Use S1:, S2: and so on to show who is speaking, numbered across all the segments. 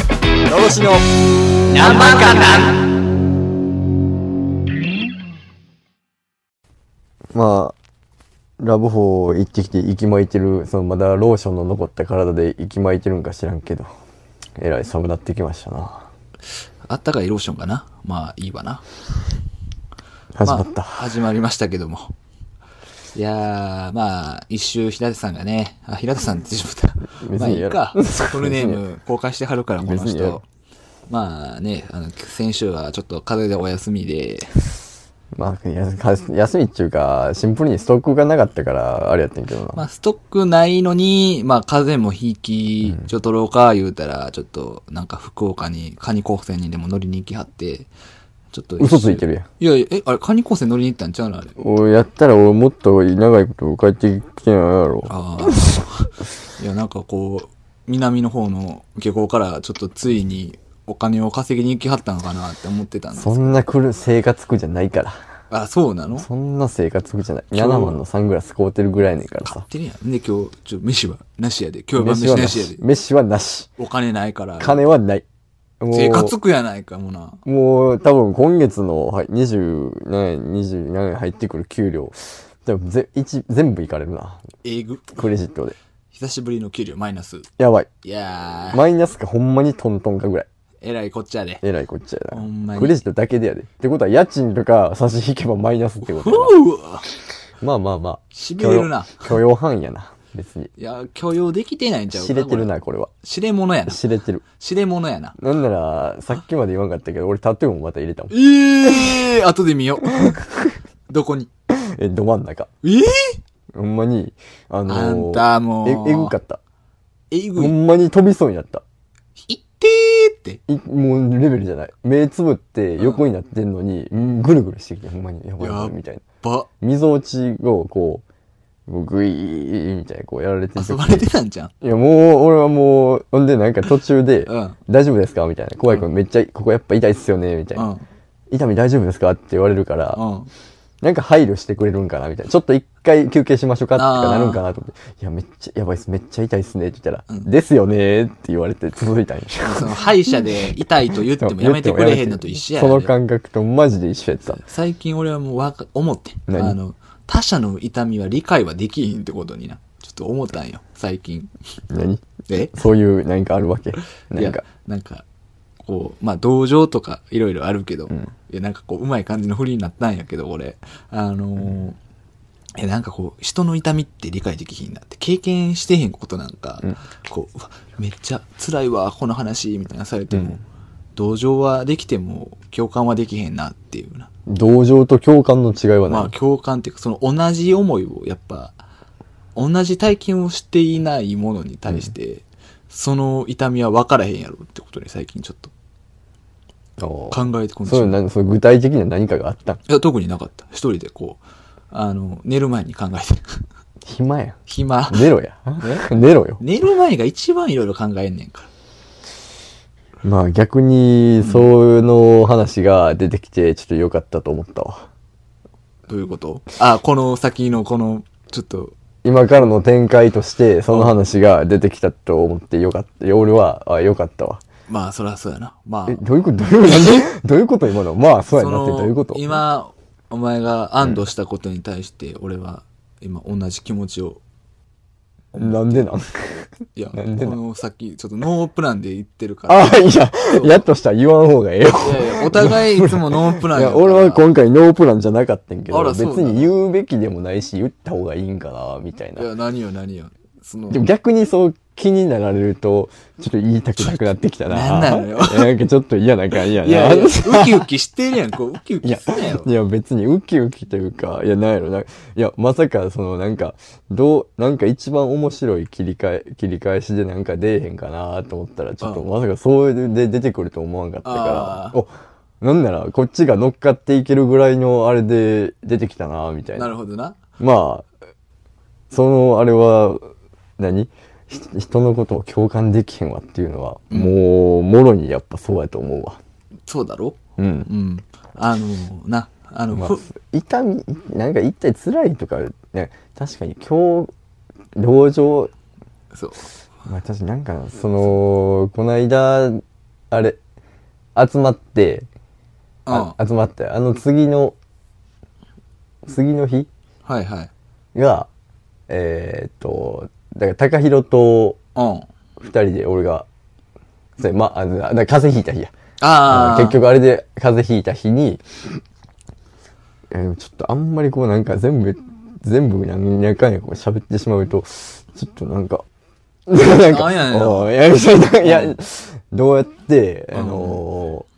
S1: 越しの何万かなん
S2: まあ、ラブホー行ってきて息巻いてる、そのまだローションの残った体で息巻いてるんか知らんけど、えらい寒なってきましたな。
S1: あったかいローションかなまあいいわな。
S2: 始まっ
S1: まあ
S2: た。
S1: 始まりましたけども。いやー、まあ、一周平田さんがね、あ、平田さんって言ってしまった。
S2: 別
S1: まあ
S2: に
S1: い
S2: やろ
S1: いか。 フルネー
S2: 別に
S1: ム公開してはるから、この
S2: 別にやろ
S1: 人。まあね、あの、先週はちょっと風邪でお休みで、
S2: まあ、やか休みっていうか、シンプルにストックがなかったから、あれやってんけどな。
S1: まあストックないのに、まあ風邪もひき、ちょっとろうか言うたら、ちょっとなんか福岡にカニ高専にでも乗りに行きはって、ちょっと。
S2: 嘘ついてるやん。
S1: いやいや、え、あれ、カニ高専乗りに行ったんちゃうのあれ。
S2: おやったら俺もっと長いこと帰ってきてないやろ。
S1: ああ。いや、なんかこう、南の方の下校からちょっとついにお金を稼ぎに行きはったのかなって思ってたんです
S2: そんなくる生活苦じゃないから。
S1: あ、そうなの
S2: そんな生活苦じゃない。7万のサングラス買うてるぐらいねんから
S1: 買
S2: さ
S1: っ。てるやん。で、今日、ちょ、飯はなしやで。今日は
S2: 飯
S1: 飯
S2: は
S1: な
S2: な
S1: しやで
S2: し。。飯はなし。
S1: お金ないから。
S2: 金はない。もう
S1: 生活苦やないかもな。
S2: もう多分今月のはい27円、27円入ってくる給料、多分ぜ一全部いかれるな。
S1: えぐ。
S2: クレジットで。
S1: 久しぶりの給料マイナス。
S2: やばい。
S1: いやー、
S2: マイナスかほんまにトントンかぐらい。
S1: えらいこっちゃで。
S2: えらいこっちゃや
S1: ほん
S2: な。
S1: まに
S2: クレジットだけでやで。ってことは家賃とか差し引けばマイナスってことやな。
S1: うわ
S2: まあまあまあ。
S1: しびれるな
S2: 許容。許容範囲やな。別に。
S1: いや、許容できてないんちゃうか
S2: 知れてる。
S1: こ
S2: な、これは。
S1: 知れ物やな。
S2: 知れてる。
S1: 知れ物やな。
S2: なんなら、さっきまで言わんかったけど、俺タトゥーもまた入れたもん。
S1: ええー、後で見よう。 どこに
S2: え、ど真ん中。
S1: ええ
S2: ほんまに、あのー、
S1: あんたもう
S2: え、えぐかった。
S1: え
S2: ほ
S1: ぐい。
S2: んまに飛びそうになった。
S1: いってーって。
S2: いもうレベルじゃない。目つぶって横になってんのに、うんぐるぐるしてきて、ほんまに、やばいやば
S1: や
S2: い、
S1: っ
S2: みたいな。
S1: ば、
S2: 溝落ちをこう、こうグイーみたいな、こうやられて
S1: 遊
S2: る。
S1: ばれてたんじゃん。
S2: いや、もう、俺はもう、ほんでなんか途中で
S1: うん、
S2: 大丈夫ですかみたいな。怖い子めっちゃ、ここやっぱ痛いっすよねみたいうな。
S1: ん。
S2: 痛み大丈夫ですかって言われるから、
S1: うん。
S2: なんか配慮してくれるんかなみたいな。ちょっと一回休憩しましょうかってかなるんかなと思って。いや、めっちゃ、やばいっす。めっちゃ痛いっすね。って言ったら、ですよねって言われて続いたんや。
S1: その、歯医者 で痛いと言ってもやめてくれへんのと一緒や
S2: その
S1: あれ
S2: 感覚とマジで一緒やった。
S1: 最近俺はもうわか、思ってん。
S2: 何
S1: あの、他者の痛みは理解はできひんってことにな。ちょっと思ったんよ、最近。
S2: 何
S1: え
S2: そういう何かあるわけ
S1: い
S2: な
S1: や
S2: んか。
S1: なんか、こう、まあ、同情とかいろいろあるけど、いや、なんかこう、うまい感じの振りになったんやけど、俺。あのーえ、なんかこう、人の痛みって理解できひんなって、経験してへんことなんか、こう、うわめっちゃ辛いわ、この話、みたいなされても、同情はできても、共感はできへんなっていうな。
S2: 同情と共感の違いは
S1: まあ、
S2: 何
S1: 共感っていうか、その同じ思いを、やっぱ、同じ体験をしていないものに対して、その痛みは分からへんやろってことに最近ちょっと
S2: おー
S1: 考えてこんで
S2: そういう何、そういう具体的には何かがあったん
S1: いや、特になかった。一人でこう、あの、寝る前に考えてる。
S2: 暇や。
S1: 暇。
S2: 寝ろや。 寝ろよ。
S1: 寝る前が一番いろいろ考えんねんから。
S2: まあ逆に、そういうの話が出てきて、ちょっと良かったと思ったわ。
S1: どういうことあ、この先のこの、ちょっと、
S2: 今からの展開として、その話が出てきたと思ってよかった。俺は、あ、よかったわ。
S1: まあ、そらそうやな。まあ
S2: え、、どういうことどういうことどういうこと今の。 まあ、そうやなって、どういうこと
S1: 今、お前が安堵したことに対して、俺は、今、同じ気持ちを、
S2: なんで なん
S1: いや、こ
S2: なんでな
S1: の先、ちょっとノープランで言ってるから。
S2: あ、いや、やっとしたら言わん方がええよ。
S1: いやいや、お互いいつもノープラ
S2: い
S1: ンや
S2: や、
S1: から
S2: 俺は今回ノープランじゃなかったんけ
S1: あ
S2: ど、
S1: ら
S2: 別
S1: そうだ
S2: に言うべきでもないし、言った方がいいんかな、みたい
S1: い
S2: な。
S1: や、何よ何よ。その
S2: で、も逆にそう気になられると、ちょっと言いたくなくなってきたな。
S1: なんなの よ
S2: いやなんかちょっと嫌な感じやな。
S1: いやいや、ウキウキしてるやん、こう、ウキウキすなよ
S2: い。や、別にウキウキというか、いや、なんやろな。いや、まさか、その、なんか、どう、なんか一番面白い切り替え、切り返しでなんか出えへんかなと思ったら、ちょっと、まさかそうで出てくると思わんかった
S1: あ
S2: から、
S1: ー
S2: お、なんなら、こっちが乗っかっていけるぐらいのあれで出てきたなみたい
S1: な
S2: な。
S1: るほどな。
S2: まあ、その、あれは、何ひ人のことを共感できへんわっていうのは、もう、もろにやっぱそうやと思うわ。
S1: そうだろ
S2: うん
S1: う。ん。あの、な、あの、
S2: まあ
S1: ふ、
S2: 痛みなんか痛い辛いとかね確かに今日同情
S1: そう。
S2: まあ確かになんかそのこの間あれ、集まって、
S1: うん。
S2: あ
S1: は
S2: 集まって、あの次の、次の日
S1: いはい。
S2: が、えーっと、だから、高弘と
S1: うん。
S2: 二人で俺が、それ、ま、あの、だから風邪ひいた日や。あ
S1: あ
S2: の
S1: あ。
S2: 結。局あれで風邪ひいた日に、えーちょっとあんまりこうなんか全部、全部なんやかんやこう喋ってしまうと、ちょっとなんか、 なん
S1: あいやいや
S2: おーいやいやいやいやどうやって、あのー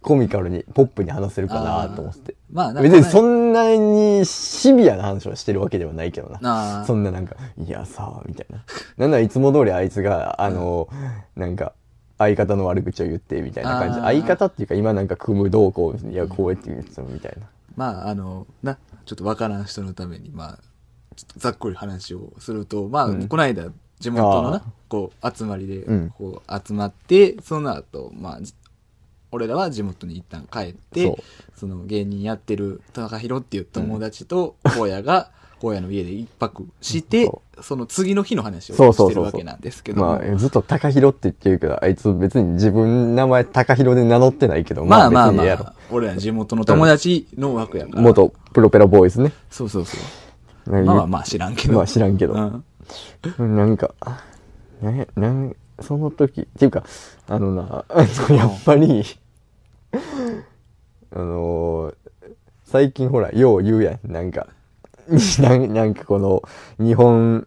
S2: コミカルに、ポップに話せるかなと思って。
S1: まあ、なんか
S2: 別
S1: ね
S2: にそんなにシビアな話をしてるわけではないけどな。
S1: なあ
S2: そんななんか、いやさ、みたいな。なんならいつも通りあいつが、あの、なんか、相方の悪口を言って、みたいな感じ。
S1: あー
S2: 相方っていうか、今なんか組むどうこう、いや、こうやって言ってたみたいな。
S1: まあ、あの、な、ちょっとわからん人のために、まあ、ちょっとざっくり話をすると、まあ、この間、地元の
S2: あ
S1: な、こう、集まりで
S2: うん、
S1: こう、集まって、その後、まあ、じ俺らは地元に一旦帰って、
S2: そう
S1: その芸人やってる田中宏っていう友達と、荒野が、 荒野の家で一泊して、
S2: そ
S1: その次の日の話を
S2: そうそうそうそう
S1: してるわけなんですけども
S2: まあ、ずっと高弘って言ってるけど、あいつ別に自分名前高弘で名乗ってないけど、
S1: まあまあ
S2: 別
S1: ま
S2: にええやろ
S1: あ、俺ら地元の友達の枠やから。
S2: 元プロペラボーイズね。
S1: そうそうそう。
S2: ま
S1: まあまあまあ知らんけど。
S2: まあ知らんけど
S1: うん。
S2: なんか、ね、なん、その時、っていうか、あのな、あのやっぱり、あのー最近ほら、よう言うやん、なんか、なんなんかこの、日本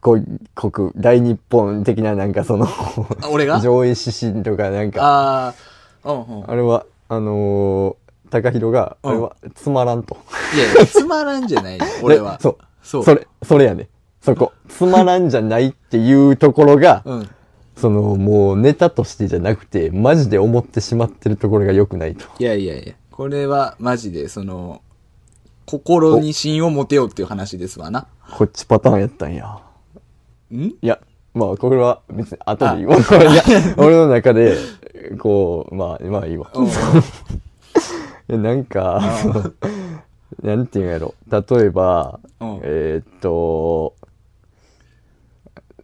S2: 国、国大日本的ななんかその、
S1: あ俺が
S2: 上位指針とかなんか、
S1: ああ、うんうん。
S2: あれは、あのー、高弘が、
S1: うん
S2: あれは、つまらんと。
S1: いやいや、つまらんじ ゃないよ俺は
S2: で。そう。
S1: そう。
S2: それ、それやね。そこ。つまらんじゃないっていうところが、
S1: うん。
S2: そのもうネタとしてじゃなくてマジで思ってしまってるところが良くないと。
S1: いやいやいや、これはマジで、その、心に芯を持てよっていう話ですわな。
S2: こっちパターンやったんや。
S1: ん
S2: いや、まあこれは別に後で言おう。 いや、俺の中で、こう、まあ、まあ いいわ。
S1: うん
S2: いやなんか、なんていうんやろ。例えば、
S1: うん
S2: えーっと、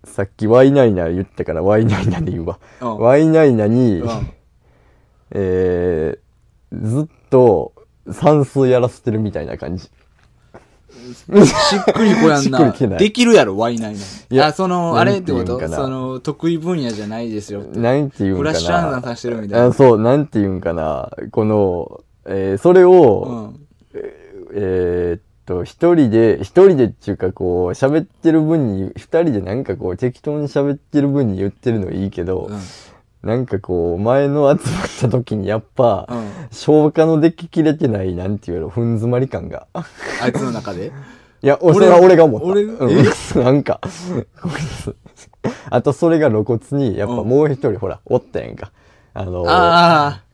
S2: さっきワイナイナ言ったからワイナイナで言うわ。
S1: うん
S2: ワイナイナに、
S1: うん
S2: えー、ずっと算数やらせてるみたいな感じ。
S1: しっくりこやん
S2: しっくり
S1: な
S2: きてない。
S1: できるやろ、ワイナイ
S2: い
S1: ナイ。
S2: や
S1: あ、その、あ
S2: な
S1: れっ
S2: んて
S1: て
S2: いうん
S1: こ
S2: かな
S1: とその、得意分野じゃないですよ。
S2: なんていうんかな。
S1: フラッシュ暗算させてるみたいな
S2: あそう、なんていうんかな。この、えー、それ
S1: う
S2: を、
S1: ん。
S2: えーっと、一人で、一人でっていうかこう、喋ってる分に、二人でなんかこう、適当に喋ってる分に言ってるのいいけど、
S1: うん。
S2: なんかこう、前の集まった時にやっぱ、
S1: うん
S2: 消化のでききれてない、なんていうの、ふん詰まり感 が。
S1: あいつの中で
S2: いや、俺それは俺が思った。
S1: 俺
S2: うん、 なんか、あとそれが露骨に、やっぱ
S1: うん
S2: もう一人、ほら、おったやんか。あのー
S1: ああ。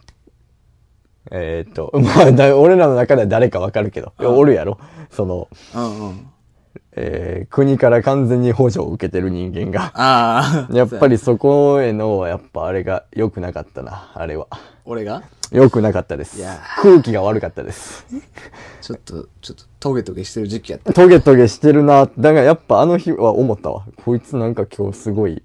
S2: えーっと、 まあだ、俺らの中では誰かわかるけど、おるやろ。その、
S1: うんうん。
S2: えー国から完全に補助を受けてる人間が。
S1: ああ。
S2: やっぱりそこへの、やっぱあれが良くなかったな、あれは。
S1: 俺が
S2: 良くなかったです
S1: いや。
S2: 空気が悪かったです。
S1: ちょっと、ちょっと、トゲトゲしてる時期やった。。
S2: トゲトゲしてるな。だからやっぱあの日は思ったわ。こいつなんか今日すごい、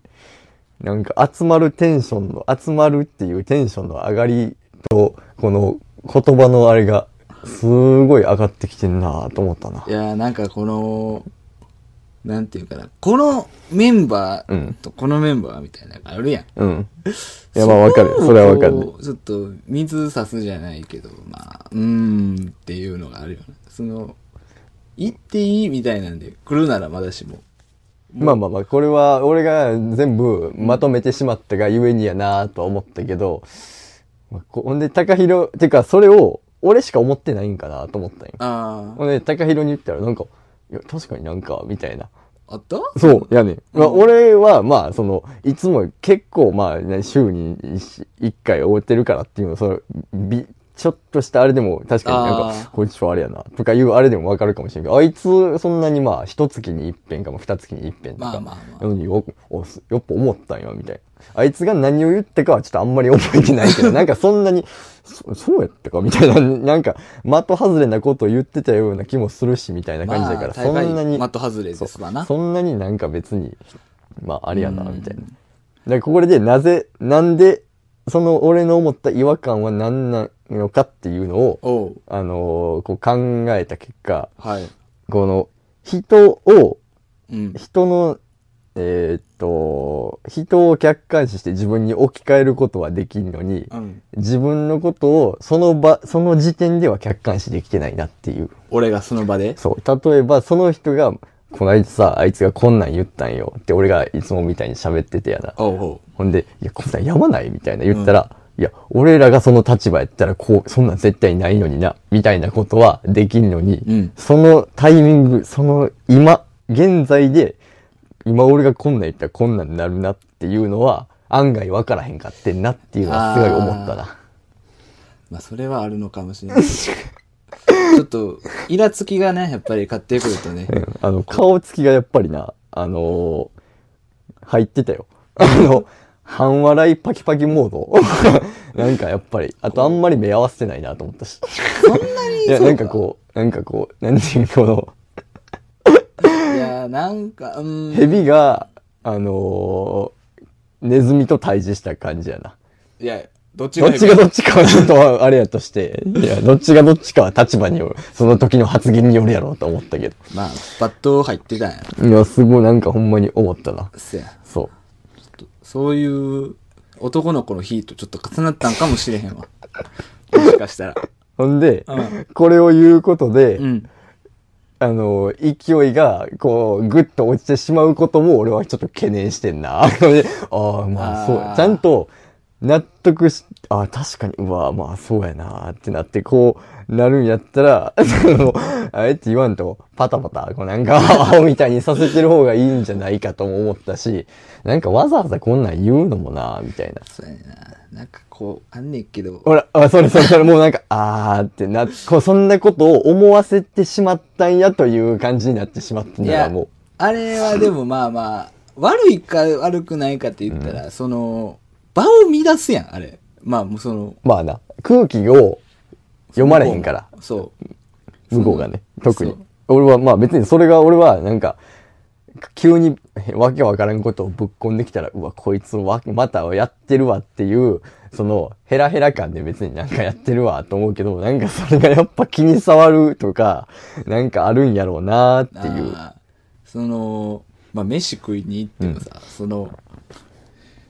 S2: なんか集まるテンションの、集まるっていうテンションの上がりと、この言葉のあれが、すごい上がってきてんなと思ったない
S1: やーなんかこの、なんていうかな、このメンバ
S2: うん
S1: ーとこのメンバーみたいなのがあるやん。
S2: うん。いや、まあわかる。それはわかるね
S1: こ。うちょっと、水差すじゃないけど、まあ、うーんっていうのがあるよな。その、行っていいみたいなんで、来るならまだしも。
S2: まあまあまあ、これは俺が全部まとめてしまったがゆえにやなとは思ったけど、まあこほんで、高弘、てかそれを俺しか思ってないんかなと思ったんよ。
S1: あ
S2: ほんで、高弘に言ったら、なんか、いや、確かになんか、みたいな。
S1: あ、あった
S2: そう、やねん。まあ、俺は、まあ、その、いつも結構、まあ、ね週に1回追ってるからっていうの、その、び、ちょっとしたあれでも、確かに
S1: あ
S2: なんか
S1: ー、
S2: こいつはあれやな、とかいうあれでもわかるかもしれんけど、あいつ、そんなにまあ、一月に一遍かも、二月に一遍とか、
S1: まあまあまあ
S2: なのによ、おすよっぱ思ったんや、みたいな。あいつが何を言ったかはちょっとあんまり覚えてないけ ど、なんかそんなに、 そそうやったかみたいな、なんか、的外れなことを言ってたような気もするし、みたいな感じだから、
S1: まあ、大概
S2: そんなに、
S1: 的外れですわな。
S2: そんなになんか別に、まああれやな、みたいな。だからこれでなぜ、なんで、その俺の思った違和感は何なのかっていうのを、
S1: おう。
S2: あのーこう考えた結果、
S1: はい。
S2: この人を、
S1: うん。
S2: 人の、えーっと、人を客観視して自分に置き換えることはできんのに、
S1: うん。
S2: 自分のことをその場、その時点では客観視できてないなっていう。
S1: 俺がその場で。
S2: そう。例えば、その人が、こないださ、あいつがこんなん言ったんよって、俺がいつもみたいに喋っててやな。
S1: おうおう。
S2: ほんで、いや、こんなんやばないみたいな言ったら、いや、俺らがその立場やったら、こう、そんなん絶対ないのにな、みたいなことはできんのに、
S1: うん
S2: そのタイミング、その今、現在で、今俺がこんなん言ったらこんなんになるなっていうのは、案外わからへんかってんなっていうのはすごい思ったな。
S1: まあ、それはあるのかもしれない。ちょっと、イラつきがね、やっぱり買ってくると ね。
S2: うんあの、顔つきがやっぱりな、あのー入ってたよ。あの、半笑いパキパキモード。 なんかやっぱり、あとあんまり目合わせてないなと思ったし。そんなにいや、なんかこう、なんかこう、なんていうのこの、
S1: いやー、なんか、うん。い
S2: 蛇が、あのーネズミと対峙した感じやな。
S1: や、どっち
S2: ど
S1: が
S2: っちがどっちかはちょっとあれやとして、いや、どっちがどっちかは立場による、その時の発言によるやろうと思ったけど。
S1: まあ、バット入ってたんや。
S2: いや、すごいなんかほんまに思ったな。
S1: せや。
S2: そう。
S1: そういう男の子の日とちょっと重なったんかもしれへ んわ。もしかしたら。
S2: ほんで、
S1: うん
S2: これを言うことで、
S1: うん。
S2: あの、勢いが、こう、ぐっと落ちてしまうことも、俺はちょっと懸念してんな。 ああ、まあ、そう
S1: あー。
S2: ちゃんと、納得し、ああ、確かに、うわまあ、そうやな、ってなって、こう、なるんやったら、 そのあえて言わんと、パタパタ、こうなんか、青みたいにさせてる方がいいんじゃないかとも思ったし、なんかわざわざこんなん言うのもな、みたいな。
S1: そうやな。なんかこう、あんねんけど。
S2: ほら、あ、それそれそれ、もうなんか、あーってな、こう、そんなことを思わせてしまったんやという感じになってしまってん
S1: い
S2: だ
S1: や
S2: な、もう。、
S1: あれはでもまあまあ、悪いか悪くないかって言ったら、その、場を乱すやん、あれ。まあ、もうその、
S2: まあな、空気を読まれへんから、
S1: そう。
S2: 向こうがね、
S1: そう
S2: 特に
S1: そう。
S2: 俺は、まあ別にそれが、俺はなんか、急に へわけわからんことをぶっこんできたら、うわ、こいつわ、またやってるわっていう、その、ヘラヘラ感で別になんかやってるわと思うけど、なんかそれがやっぱ気に障るとか、なんかあるんやろうなーっていう。
S1: あーその、まあ、飯食いに行ってもさ、その、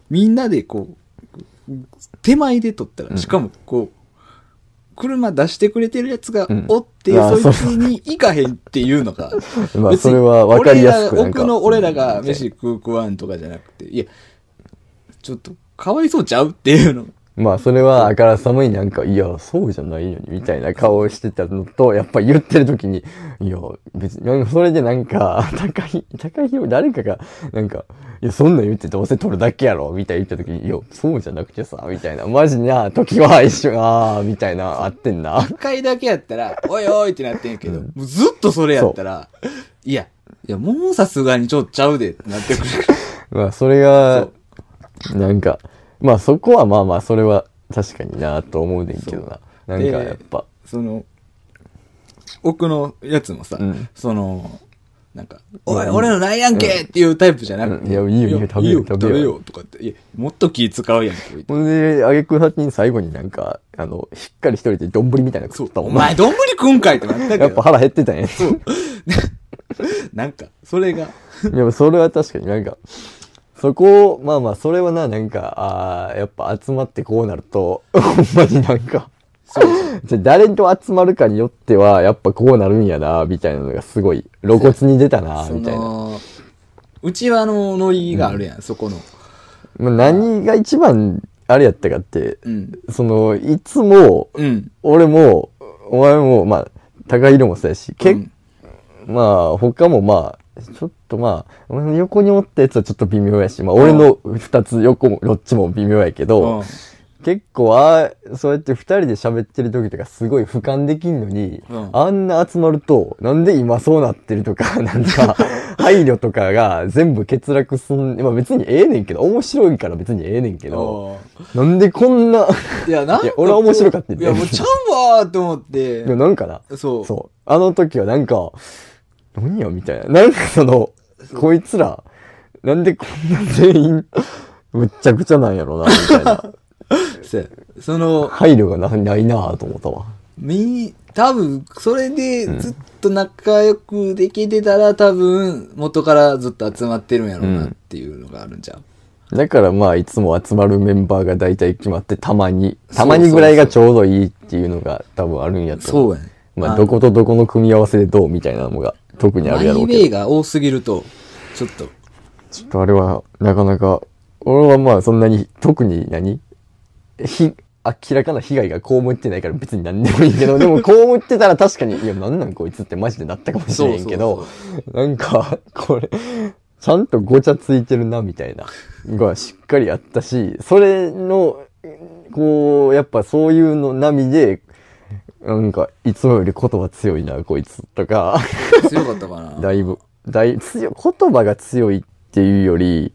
S1: みんなでこう、手前で取ったら、しかもこう、車出してくれてるやつが
S2: うん
S1: おって、
S2: あー。
S1: そいつに行かへんっていうのが
S2: まあそれは分かりやすく
S1: な
S2: なんか
S1: 奥の俺らが飯食う食わんとかじゃなくて、いや、ちょっと、かわいそうちゃうっていうの。
S2: まあそれはあからさまになんか、いや、そうじゃないのにみたいな顔をしてたのと、やっぱ言ってる時に、いや、別に、なんかそれでなんか、 高い、高いよ、誰かが、なんか、いや、そんなん言ってどうせ取るだけやろ、みたいな言った時に、いや、そうじゃなくてさ、みたいな、マジな時は一緒、ああ、みたいな、あってんな。
S1: 一回だけやったら、おいおいってなってんけど、もうずっとそれやったら、いや、いや、もうさすがにちょっとちゃうでってなってくるから。
S2: まあそれが、なんか、まあそこはまあまあ、それは確かになと思うねんけどな。なんかやっぱ、
S1: その奥のやつもさ、
S2: うん
S1: そのなんか「おい俺のないやんけ!」っていうタイプじゃなくて「
S2: うんいやいいよいいよ食べよう
S1: 食
S2: 食
S1: べ
S2: べ
S1: よ
S2: よ
S1: う」とかって「いやもっと気使うやんけ」
S2: ほんで、あげくはちに最後になんか、あの、しっかり一人で丼みたいなの
S1: そ
S2: 食
S1: う
S2: った
S1: お
S2: もんな。
S1: 前どんぶり食うんかいってなったけど
S2: やっぱ腹減ってたんや。
S1: そうなんかそれが
S2: でもそれは確かになんか、そこを、まあまあ、それはな、なんか、ああ、やっぱ集まってこうなると、 ほんまになんか、 じゃあ誰と集まるかによっては、やっぱこうなるんやな、みたいなのがすごい露骨に出たな、
S1: そ
S2: みたいな。
S1: のうちわのノリがあるやん、そこの
S2: まあ何が一番、あれやったかって、
S1: うん
S2: その、いつも、
S1: うん
S2: 俺も、お前も、まあ、高色もそうやし、結
S1: うん
S2: まあ、他もまあ、ちょっとまあ、俺の横におったやつはちょっと微妙やし、まあ、俺の二つ横も、どっちも微妙やけ
S1: うん
S2: ど、結構ああ、そうやって二人で喋ってる時とかすごい俯瞰できんのに、
S1: うん
S2: あんな集まると、なんで今そうなってるとか、 なんか、配慮とかが全部欠落すん、まあ別にええねんけど、面白いから別にええねんけど、なんでこん な、
S1: いやなんか
S2: いや俺は面白かったよ
S1: いやもうちゃうわーって思って
S2: でもなんかな、
S1: そう
S2: そう。あの時はなんか、何やみたいな。なんかその、こいつ ら、なんでこんな全員、むっちゃくちゃなんやろな、みたいな。
S1: そうやその、
S2: 配慮がなないなぁと思ったわ。
S1: み、多分、それでずっと仲良くできてたら、多分、元からずっと集まってるんやろうなっていうのがあるんじゃん。
S2: だからまあいつも集まるメンバーが大体決まってたまに、たまにぐらいがちょうどいいっていうのが多分あるんやと思
S1: そうやね。
S2: まあどことどこの組み合わせでどうみたいなのが特にあ
S1: マ
S2: る
S1: イ
S2: や
S1: ウ
S2: ろうけど
S1: ェイ。が多すぎると、ちょっ と、
S2: ちょっとあれは、なかなか、俺はまあそんなに、特に何ひ、明らかな被害が被ってないから別に何でもいいけど、でも被ってたら確かに、いや、なんなんこいつってマジでなったかもしれんけど、なんか、これ、ちゃんとごちゃついてるな、みたいな、がしっかりあったし、それの、こう、やっぱそういうの波で、なんか、いつもより言葉強いな、こいつ、とか、
S1: 強かったかな。
S2: だいぶ、だい、強い、言葉が強いっていうより、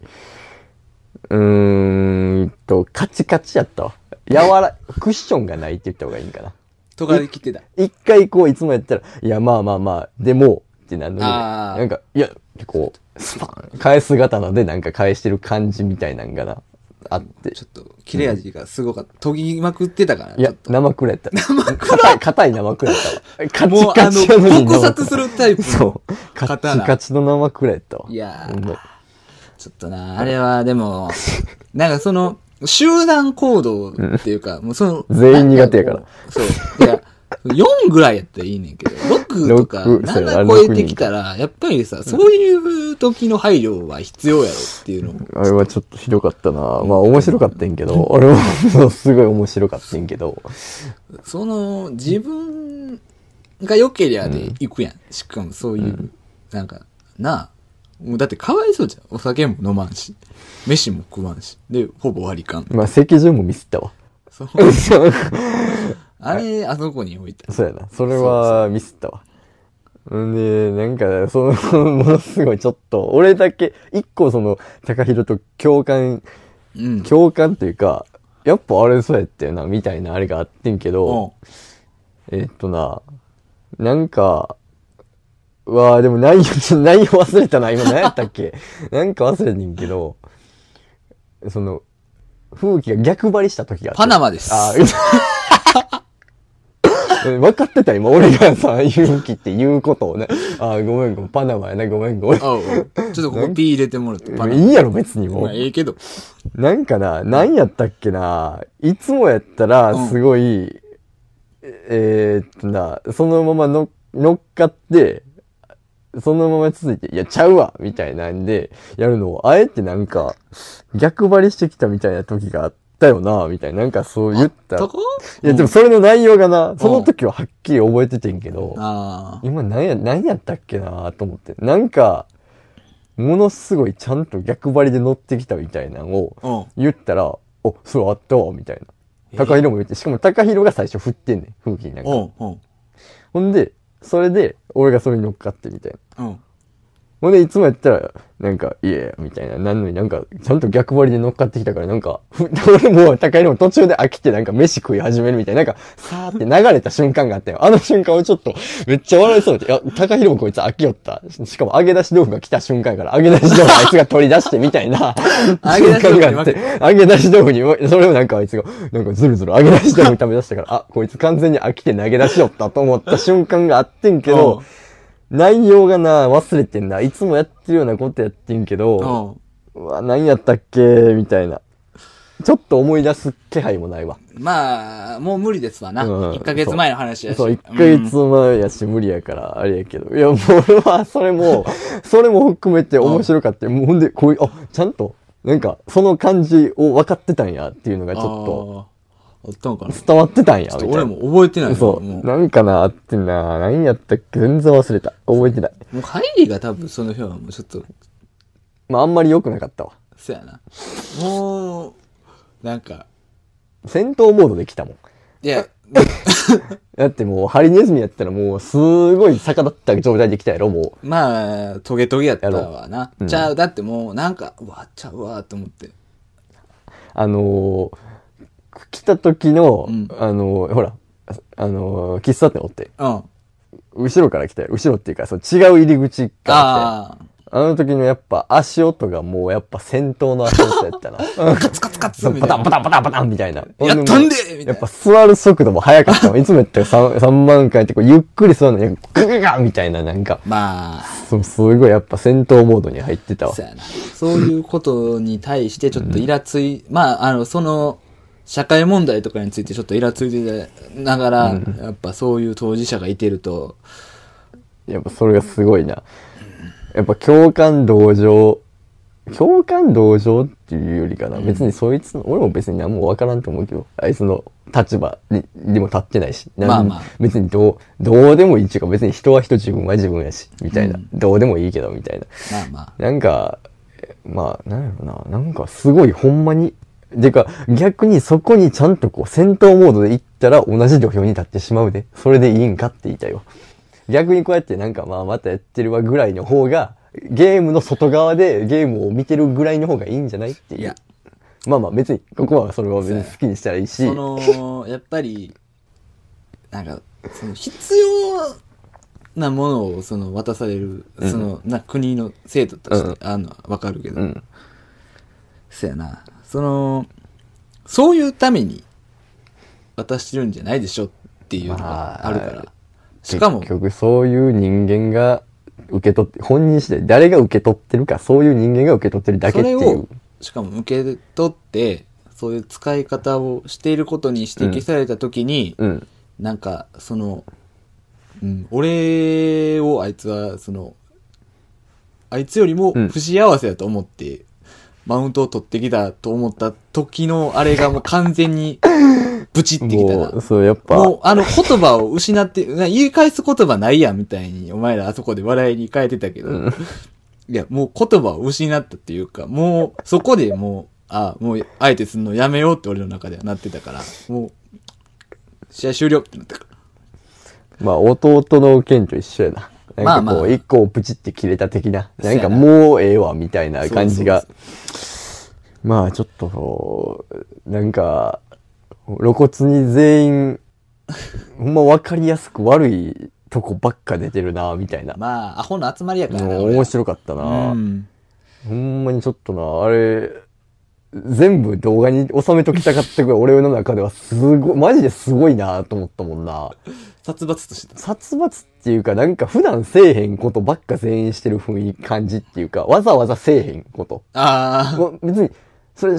S2: うーんと、カチカチやったわ。柔ら、クッションがないって言った方がいいんかな。
S1: とかで来てた。
S2: 一回こう、いつもやったら、いや、まあまあまあ、でも、ってなるのに、
S1: あー
S2: なんか、いや、こう、スパン、返す刀でなんか返してる感じみたいなんかな、あって。
S1: ちょっと、切れ味がすごかった。研ぎまくってたから、
S2: い
S1: ちょ
S2: や
S1: っ、と。
S2: 生クラやった。生クラ硬い生クラやったわ。
S1: もう、 あ
S2: カチカチやのに
S1: の、
S2: 生
S1: 撲殺するタイプ。
S2: そう。カチ
S1: 刀
S2: カチの生クラやったわ。
S1: いやー
S2: ほんまに
S1: ちょっとな、あれはでも、 なんかその、集団行動っていうか、もうその、
S2: 全員苦手やから
S1: なんこう。そう。いや、4ぐらいやったらいいねんけど、6とか
S2: 六そうや
S1: 7超えてきたら、やっぱりさ、そういう時の配慮は必要やろっていうのも。
S2: あれはちょっとひどかったな。まあ面白かったんけど、俺もすごい面白かったんけど、
S1: その、自分が良けりゃで行くやん。しかもそういう、なんか、なあ。もうだってかわいそうじゃん。お酒も飲まんし。飯も食わんし。で、ほぼ割り勘。
S2: まあ席順もミスったわ。
S1: そ う
S2: そう
S1: あれ、あそこに置いた。
S2: そうやな。それはミスったわ。んで、なんか、その、ものすごいちょっと、俺だけ、一個その、高弘と共感、
S1: うん。
S2: 共感というか、やっぱあれそうやったよな、みたいなあれがあってんけど、
S1: うん
S2: えっとな、なんか、うわあでも内容、 ちょ内容忘れたな、今何やったっけ なんか忘れてんけど、その、風紀が逆張りした時があって
S1: パナマです
S2: あーうん 分かってた今、俺がさ、 風紀って言うことをね。あーごめんごめん、パナマやな、ごめんごめん。
S1: あおうちょっとここ P 入れてもらって、パナ
S2: いいやろ、別にも
S1: まあ、
S2: う。
S1: ええけど。
S2: なんかな、何やったっけな、いつもやった
S1: うん
S2: ら、すごい、えーっとな、そのままの乗っかって、そのまま続いて、いや、ちゃうわみたいなんで、やるのを、あえてなんか、逆張りしてきたみたいな時があったよな、みたいな、なんかそう言った。
S1: そこ
S2: いや、でもそれの内容がな、その時ははっきり覚えててんけど、
S1: ああ。
S2: 今何や、何やったっけなと思って。なんか、ものすごいちゃんと逆張りで乗ってきたみたいなのを、
S1: うん。
S2: 言ったら、お、それあったわ、みたいな
S1: え。
S2: 高弘も言って、しかも高弘が最初振ってんねん、風紀になんか。
S1: うん。うん。
S2: ほんで、それで、俺がそれに乗っかって、みたいな。
S1: うん。
S2: ほんで、いつもやったら、なんか、いやいや、みたいな、なんのになんか、ちゃんと逆張りで乗っかってきたから、なんか、ふ俺も高弘も途中で飽きて、なんか飯食い始めるみたいな、なんか、さーって流れた瞬間があったよ。あの瞬間をちょっと、めっちゃ笑いそうで、いや、高弘もこいつ飽きよった。ししかも、揚げ出し豆腐が来た瞬間から、揚げ出し豆腐あいつが取り出して、みたいな、
S1: 揚げ出し豆
S2: 瞬間
S1: 腐に
S2: があ
S1: 負
S2: っ
S1: け
S2: て、揚げ出し豆腐に、それをなんかあいつが、なんかずるずる揚げ出し豆腐食べ出したから、あ、こいつ完全に飽きて投げ出しよったと思った瞬間があってんけど、内容がな、忘れてんな。いつもやってるようなことやってんけ
S1: う
S2: ど、
S1: ん。
S2: うわ、何やったっけみたいな。ちょっと思い出す気配もないわ。
S1: まあ、もう無理ですわな。
S2: うん
S1: 1ヶ月前の話やし。
S2: そう、一ヶ月前やし、無理やから、あれやけど。いや、もう俺は、それ も、それも含めて面白かった。もうほんで、こういう、あ、ちゃんと、なんか、その感じを分かってたんや、っていうのが
S1: うん。
S2: ちょ
S1: あーあったんかな。
S2: っ
S1: ち
S2: と、伝わってたんや、み
S1: ょ
S2: た
S1: っ
S2: い
S1: と
S2: な。
S1: 俺も覚えてないわ
S2: そ
S1: もう
S2: う。なんかな、あってんな。何やったっけ全然忘れた。覚えてない。
S1: もう入りが多分その日はもうちょっと、
S2: まあ、あんまり良くなかったわ。
S1: そやな。もう、なんか、
S2: 戦闘モードで来たもん。
S1: いや、
S2: だってもう、ハリネズミやったらもう、すごい逆立った状態で来たやろ、も
S1: まあ、トゲトゲやったわな。
S2: うん
S1: ちゃう、だってもうなんか、うわ、ちゃうわ、と思って。
S2: う。あのー、来た時の、
S1: うん
S2: あのー、ほら、あのー、喫茶店おって、
S1: うん。あ
S2: 後ろから来たよ。後ろっていうか、そう違う入り口から来たよ
S1: あー。
S2: あの時のやっぱ足音がもうやっぱ戦闘の足音や ったな。
S1: カツカツカツ
S2: そう
S1: みた
S2: パ
S1: い
S2: タンパ
S1: な。
S2: タンパタンパタンみたいな。
S1: やったんでみたい
S2: や
S1: な
S2: っぱ座る速度も速かったの。いつもやったら 3, 3万回ってこうゆっくり座るのに、ガガガみたいななんか、
S1: まあ、
S2: そうすごいやっぱ戦闘モードに入ってたわ
S1: そう。やな。そういうことに対してちょっとイラつい、まあ、あの、その、社会問題とかについてちょっとイラついてながら、やっぱそういう当事者がいてると、
S2: やっぱそれがすごいな。やっぱ共感同情。共感同情っていうよりかな。別にそいつの、俺も別に何もわからんと思うけど、あいつの立場ににも立ってないし。なん
S1: まあまあ
S2: 別にどう、どうでもいいっていうか、別に人は人、自分は自分やし、みたいな。どうでもいいけど、みたいな。
S1: まあまあ、
S2: なんか、まあ、なんやろな、なんかすごいほんまに、でか、逆にそこにちゃんとこう戦闘モードで行ったら同じ土俵に立ってしまうで、それでいいんかって言いたいわ。逆にこうやってなんかまあまたやってるわぐらいの方が、ゲームの外側でゲームを見てるぐらいの方がいいんじゃないっていう。
S1: いや
S2: まあまあ別に、ここはそれは別に好きにしたらいいし。
S1: その、やっぱり、なんか、その必要なものをその渡される、その、な、国の制度として、あんのはわかるけど、
S2: うん。
S1: そやな。その、そういうために渡してるんじゃないでしょっていうのがあるから。
S2: まあ
S1: しかも
S2: 結、局そういう人間が受け取って、本人次第、誰が受け取ってるか、そういう人間が受け取ってるだけ
S1: そ
S2: ってい
S1: れ
S2: う
S1: を。、しかも受け取って、そういう使い方をしていることに指摘されたときに、
S2: うん。
S1: なんか、その、うん、俺をあいつは、その、あいつよりも
S2: うん
S1: 不幸せだと思って、マウントを取ってきたと思った時のあれがもう完全に、ブチってきた
S2: も
S1: な
S2: う、。そう、やっぱ、
S1: もう、あの、言葉を失って、な言い返す言葉ないやん、みたいに、お前らあそこで笑いに変えてたけど、いや、もう言葉を失ったっていうか、もう、そこでもう、あ、もう、あえてするのやめようって俺の中ではなってたから、もう、試合終了ってなったから。
S2: まあ、弟の件と一緒やな。
S1: ま
S2: な
S1: あ
S2: ん
S1: ま
S2: か
S1: あ
S2: こう、一個をプチって切れた的な。
S1: そう
S2: な
S1: や
S2: んか
S1: な
S2: もうええわ、みたいな感じが
S1: そう。
S2: まあ、ちょっとそう、なんか、露骨に全員、ほんま分かりやすく悪いとこばっか出てるな、みたいな。
S1: まあ、アホの集まりやからな。
S2: もう
S1: 俺ら
S2: 面白かったな。
S1: うん。
S2: ほんまにちょっとな、あれ、全部動画に収めときたかったぐらい、俺の中ではすごい、マジですごいなと思ったもんな。
S1: 殺伐としてた。
S2: 殺伐っていうか、なんか普段せえへんことばっか全員してる雰囲気、感じっていうか、わざわざせえへんこと。
S1: ああ、
S2: ま別に、それ、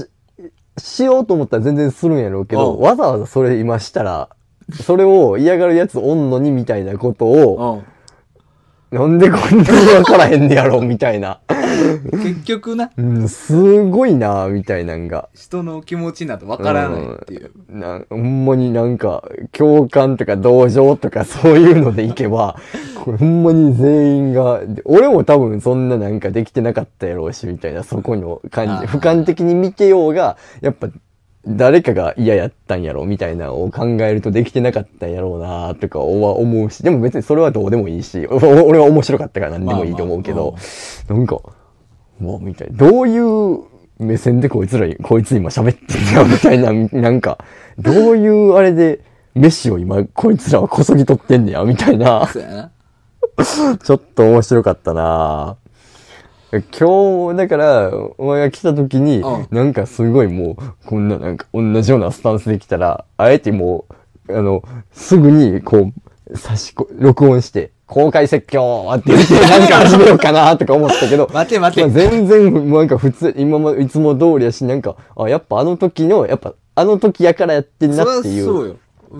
S2: しようと思ったら全然するんやろうけ
S1: う
S2: ど、
S1: ん
S2: わざわざそれ今したら、それを嫌がるやつおんのにみたいなことを、
S1: うん。
S2: なんでこんなにわからへんねやろ、みたいな。
S1: 結局な、
S2: うん、すごいなみたいなんが。
S1: 人の気持ちなどわからないっていう。
S2: なほんまになんか、共感とか同情とかそういうのでいけば、これほんまに全員が、で俺も多分そんななんかできてなかったやろうし、みたいな、そこの感じ、
S1: あー
S2: 俯瞰的に見てようが、やっぱ、誰かが嫌やったんやろ、みたいなのを考えるとできてなかったんやろうな、とかは思うし、でも別にそれはどうでもいいし、おお俺は面白かったから何でもいいと思うけど、
S1: ま
S2: なんか、もうみたいな。どういう目線でこいつら、こいつ今喋ってんだよみたいな、なんか、どういうあれで、飯を今、こいつらはこそぎ取ってんねや、みたいな。
S1: そうやな。
S2: ちょっと面白かったな今日、だから、お前が来た時に
S1: うん、
S2: なんかすごいもう、こんななんか同じようなスタンスで来たら、あえてもう、あの、すぐに、こう、差しこ、録音して、公開説教って言って、 なんか始めようかなとか思ったけど、
S1: 待て待て
S2: まあ全然、なんか普通、今も、いつも通りやし、なんか、あ、やっぱあの時の、やっぱ、あの時やからやってんな
S1: それは
S2: っていう。
S1: そうよ。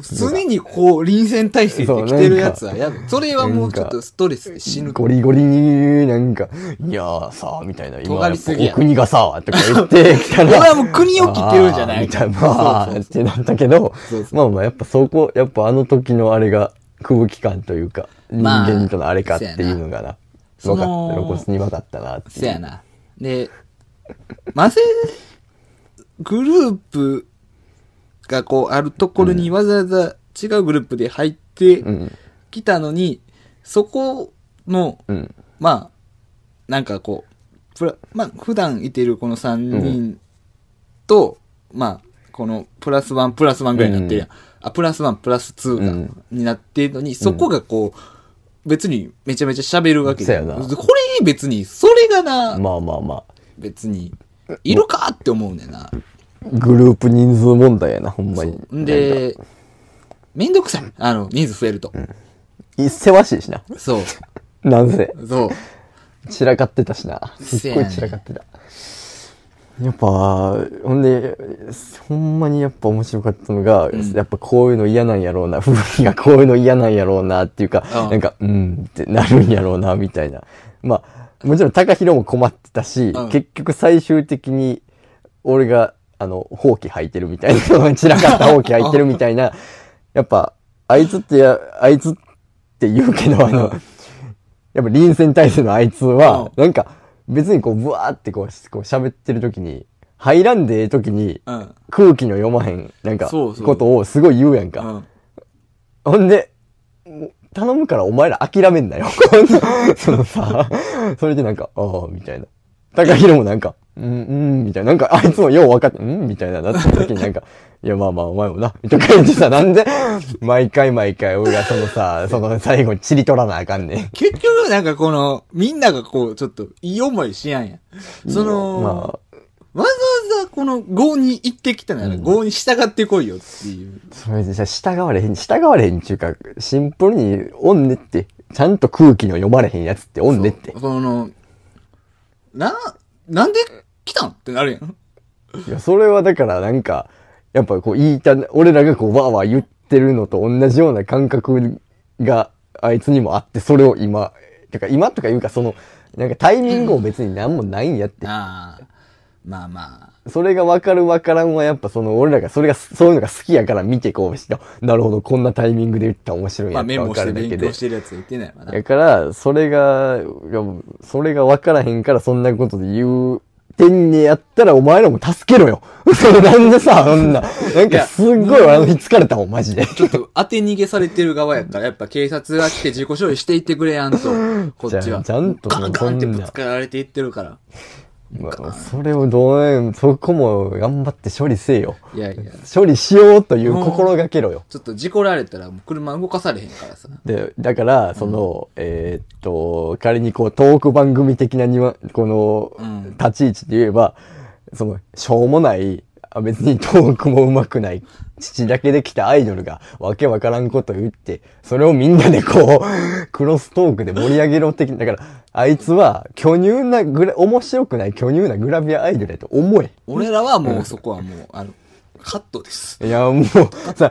S1: 常にこう、臨戦態勢で来てるやつは、やばいそれはもうちょっとストレスで死ぬ。
S2: ゴリゴリに、なんか、いやーさあ、みたいな、
S1: 尖りすぎや
S2: お国がさあ、とか言ってきたら。
S1: 俺は もう国を切ってるんじゃない
S2: あーみたいな、まあ
S1: そうそう
S2: ってなったけど、
S1: そうそう
S2: まあまあ、やっぱそこ、やっぱあの時のあれが、空気感というか、人
S1: まあ
S2: 間とのあれかっていうのがな、
S1: そう
S2: 分か
S1: やな
S2: った、露
S1: その
S2: 骨に分かったなっていう。
S1: せやな。で、まぜ、グループがこうあるところにわざわざ違うグループで入って
S2: うん、
S1: きたのに、そこの、
S2: うん、
S1: まあ、なんかこう、プラまあ、普段いてるこの3人と、まあ、このプラスワンプラスワンぐらいになってるやん。あ、プラスワンプラスツーが、
S2: うん
S1: になってるのに、そこがこう、別にめちゃめちゃ喋るわけで。
S2: そやな
S1: これ別に、それがな、
S2: まあまあま
S1: 別に、いるかって思うねんな。
S2: あ。グループ人数問題やな、ほんまに。
S1: んで、めんどくさい。あの、人数増えると。
S2: なんか、せわしいしな。
S1: そう。
S2: なんせ。
S1: そう。
S2: 散らかってたしな。すっごい散らかってた。やっぱ、ほんで、ほんまにやっぱ面白かったのが、やっぱこういうの嫌なんやろうな、風紀がこういうの嫌なんやろうなっていうか、
S1: うん
S2: なんか、うんってなるんやろうな、みたいな。まあ、もちろん高弘も困ってたし、
S1: うん
S2: 結局最終的に、俺が、あの、ほうき履いてるみたいな、 散らかったほうき履いてるみたいな、やっぱ、あいつってや、あいつって言うけど、あの、やっぱ臨戦態勢のあいつは、なんか別にこうブワーってこうこう喋ってる時に、入らんでええ時に
S1: うん。
S2: 空気の読まへん、なんか、
S1: そうそう
S2: ことをすごい言うやん
S1: う
S2: か。
S1: ん。
S2: ほんで、もう頼むからお前ら諦めんなよ。 そのさ、それでなんか、ああ、みたいな。高弘もなんか、うん、うん、みたいな。なんか、あいつもよう分かって、うんみたいな、なった時になんか、 いや、まあまあ、お前もな、みたいな感じでさ、なんで、毎回毎回、俺がそのさ、その最後にちり取らなあかんねん。
S1: 結局、なんかこの、みんながこう、ちょっと、いい思いしやんやん。その、
S2: まあ、
S1: わざわざこの、郷に行ってきたなら、郷に従ってこいよっていう。
S2: それでさ、従われへん、従われへんちゅうか、シンプルに、おんねって。ちゃんと空気の読まれへんやつっておんねって。
S1: その、な、なんで来たんってなるやん。
S2: いや、それはだからなんか、やっぱこう言いた、俺らがこうわーわー言ってるのと同じような感覚があいつにもあって、それを今、てか今とかいうかその、なんかタイミングを別になんもないんやって。
S1: ああ。まあま
S2: それがわかるわからんはやっぱその俺らが、それが、そういうのが好きやから見てこうして、なるほど、こんなタイミングで言ったら面白
S1: あ。
S2: い
S1: ま
S2: や
S1: あ
S2: んって
S1: メ
S2: わ
S1: モ
S2: か
S1: して
S2: るだけ
S1: 勉
S2: で
S1: 強し。てるやつ言ってないわな。
S2: だから、それが、いやそれが分からへんからそんなことで言うてんねやったらお前らも助けろよ。 それなんでさ、そんな。なん
S1: いや
S2: かすっごいあの日疲れたもん、マジで。
S1: ちょっと当て逃げされてる側やったら、やっぱ警察が来て自己処理していってくれ やんと、こっち
S2: じゃ
S1: は。
S2: あちゃんと
S1: ガンガンって
S2: こん
S1: ぶ
S2: な
S1: つかられていってるから。
S2: まあそれをどうねそこも頑張って処理せよ。
S1: いやいや、
S2: 処理しようという心がけろよ。
S1: ちょっと事故られたらもう車動かされへんからさ。
S2: で、だから、その、えーっと、仮にこう、トーク番組的なにわこ
S1: う
S2: の
S1: ん、
S2: 立ち位置で言えば、その、しょうもない、あ別にトークも上手くない、父だけで来たアイドルが、わけわからんこと言って、それをみんなでこう、 クロストークで盛り上げろ的な、だから、あいつは、巨乳なグラ、面白くない巨乳なグラビアアイドルやと思え。
S1: 俺らはもうそこはもう、あの、カットです。
S2: いや、もう、さ、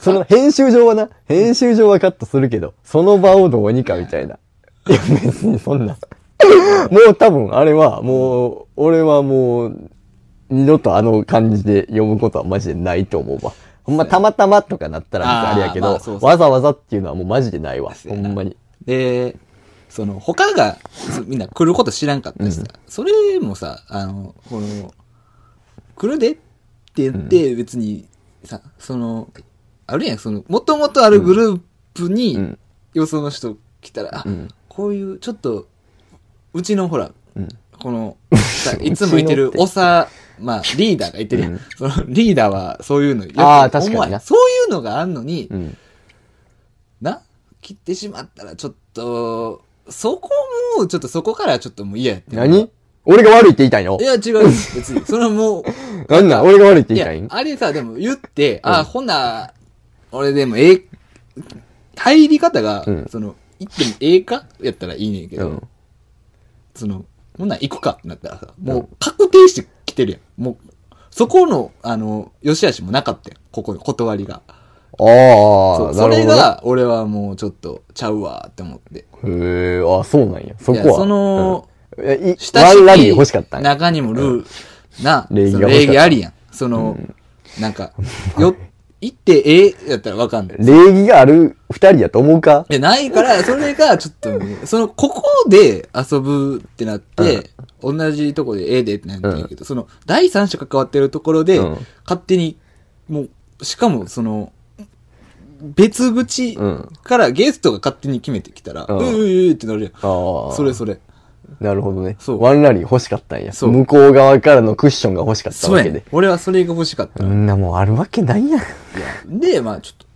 S2: その、編集上はな、編集上はカットするけど、その場をどうにかみたいな。いや、別にそんな。もう多分、あれは、もう、俺はもう、二度とあの感じで読むことはマジでないと思うわ。ほんま、たまたまとかなったら別にあれやけ
S1: あー
S2: ど、
S1: まあそうそう
S2: わざわざっていうのはもうマジでないわ。
S1: う
S2: ほ
S1: やなん
S2: まに。
S1: で、その、他が、そみんな来ること知らんかったしさ、それもさ、あの、この、来るでって言って、別にさ、その、あるやん、その、もともとあるグループに、
S2: うん
S1: よその人来たら、あ
S2: ん
S1: こういう、ちょっと、うちのほら、
S2: うん。
S1: この、さいつもいてる
S2: うちのって
S1: おさ、まあ、リーダーがいてるやん。
S2: うん
S1: その、リーダーはそういうのよく
S2: あー確かにな
S1: 思わへんそういうのがあんのに、
S2: うん。
S1: な切ってしまったらちょっと、そこも、ちょっとそこからちょっともう嫌やって。い
S2: 何俺が悪いって言いたいの
S1: や、違う、別 に。それはもう、
S2: なんなん俺が悪いって言
S1: い
S2: い
S1: や
S2: たいん、
S1: あれさ、でも言って、あ、ほな、俺でもええ、入り方が、
S2: うん
S1: その、行ってもええかやったらいいねんけ
S2: う
S1: ど、
S2: ん。
S1: その、ほな行くかってなったらさ、もう確定してきてるやん。もう、そこの、あの、よしあしもなかったよ。ここに断りが。
S2: あ
S1: そ
S2: あ、
S1: う
S2: な
S1: そ
S2: る
S1: れ
S2: ほどな。
S1: が、俺はもうちょっと、ちゃうわって思って。
S2: へえ、あ、そうなんや。そ
S1: い
S2: こ
S1: や
S2: は。
S1: その、
S2: え、い
S1: 親し
S2: ワンラリー
S1: き
S2: 欲しかったんや
S1: 中にもルール、な、そ
S2: 礼儀が欲しかっ
S1: の
S2: た
S1: 礼儀ありやん。その、なんか、よ、行ってええやったらわかんない。
S2: 礼儀がある二人やと思うか
S1: で、な いから、それがちょっとね、その、ここで遊ぶってなって、同じとこでええでってなってんやけど、その、第三者関わってるところで、
S2: うん
S1: 勝手に、もう、しかも、その、別口
S2: うん
S1: からゲストが勝手に決めてきたら、う
S2: うん
S1: ういういってなるやん。
S2: ああ。
S1: それそれ。
S2: なるほどね。
S1: そう
S2: ワンラリー欲しかったんや。
S1: そう
S2: 向こう側からのクッションが欲しかった
S1: そう
S2: わ
S1: や
S2: け
S1: ねん
S2: で。。
S1: 俺はそれが欲しかった
S2: そ。んなもんあるわけないやん。
S1: で、まあちょっと、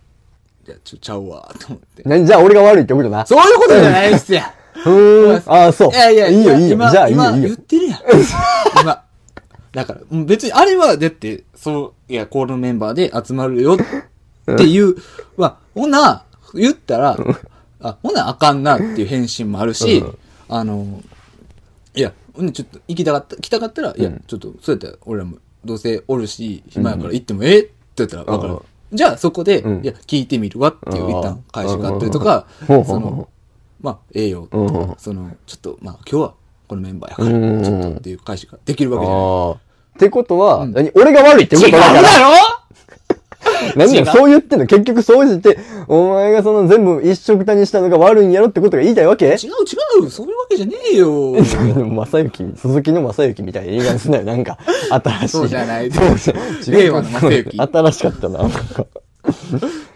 S1: いや、ちょ、ちゃうわ、と思って。
S2: 何じゃあ俺が悪いってことな。
S1: そういうことじゃないっすやん。
S2: うーん。ああ、そう。
S1: いやいや、
S2: いいよ、いいよ。
S1: 今
S2: じゃあいいよ、
S1: 今
S2: いい
S1: 言
S2: よ
S1: っ。てるやん。 今。だから、うん別に、あれは、だって、そう、いや、コールのメンバーで集まるよっていう、まあ、ほな、言ったら、あ、ほな、あかんなっていう返信もあるし、
S2: うん
S1: あの、いや、うんちょっと、行きたかった、来たかったら、いや、ちょっと、そうやったら、俺らも、どうせおるし、暇やから行っても、ええって言ったら、だか
S2: うん
S1: ら、じゃあ、そこで、
S2: うん
S1: いや、聞いてみるわっていう、一旦返しがあったりとか、
S2: うん
S1: その、まあ、ええよ、
S2: うんうんうん
S1: その、ちょっと、まあ、今日はこのメンバーやか
S2: うんうんうん
S1: ら、ちょっとっていう返しができるわけじゃない。
S2: ああ。ってことは、
S1: うん
S2: 何俺が悪いってことだから。何
S1: 違
S2: や、
S1: う
S2: そう言ってんの結局そうして、お前がその全部一緒くたにしたのが悪いんやろってことが言いたいわけ
S1: 違う違うそういうわけじゃねえ よ
S2: 正幸、鈴木の正幸みたいな映画にすなよ。なんか、新しい。
S1: そうじゃない
S2: そうじゃ違
S1: 令
S2: う
S1: 和の正幸
S2: 新しかったな。なんか、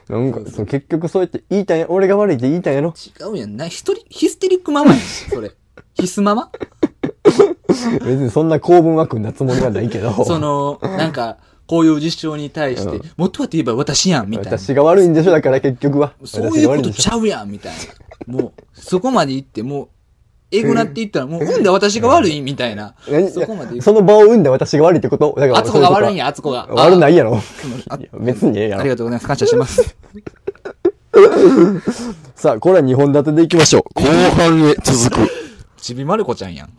S2: なんかそう結局そうやって言いたいんや、俺が悪いって言いたいんやろ。
S1: 違うやんな。一人、ヒステリックママやん、それ。ヒス ママ
S2: 別にそんな構文は組んだつもりはないけど。
S1: その、なんか、こういう実証に対して、もっとはって言えば私やん、みたいな。
S2: 私が悪いんでしょだから結局は。
S1: そうい
S2: 私
S1: うこ
S2: が悪ん
S1: と
S2: でしょ
S1: ちゃうやん、みたいな。もう、そこまで行って、もう、えぐなっていったら、もう、うんだ私が悪い、みたいな。
S2: 何
S1: そこまで行く。
S2: その場を生んだ私が悪いってことだから
S1: あつこが悪いんや、
S2: あ
S1: あつこが。。
S2: 悪ないいやろ。
S1: あ
S2: いや別にええや
S1: あり
S2: ろ。
S1: がとうございます。感謝し てます。
S2: さあ、これは2本立てでいきましょう。後半へ続く。
S1: ちびまる子ちゃんやん。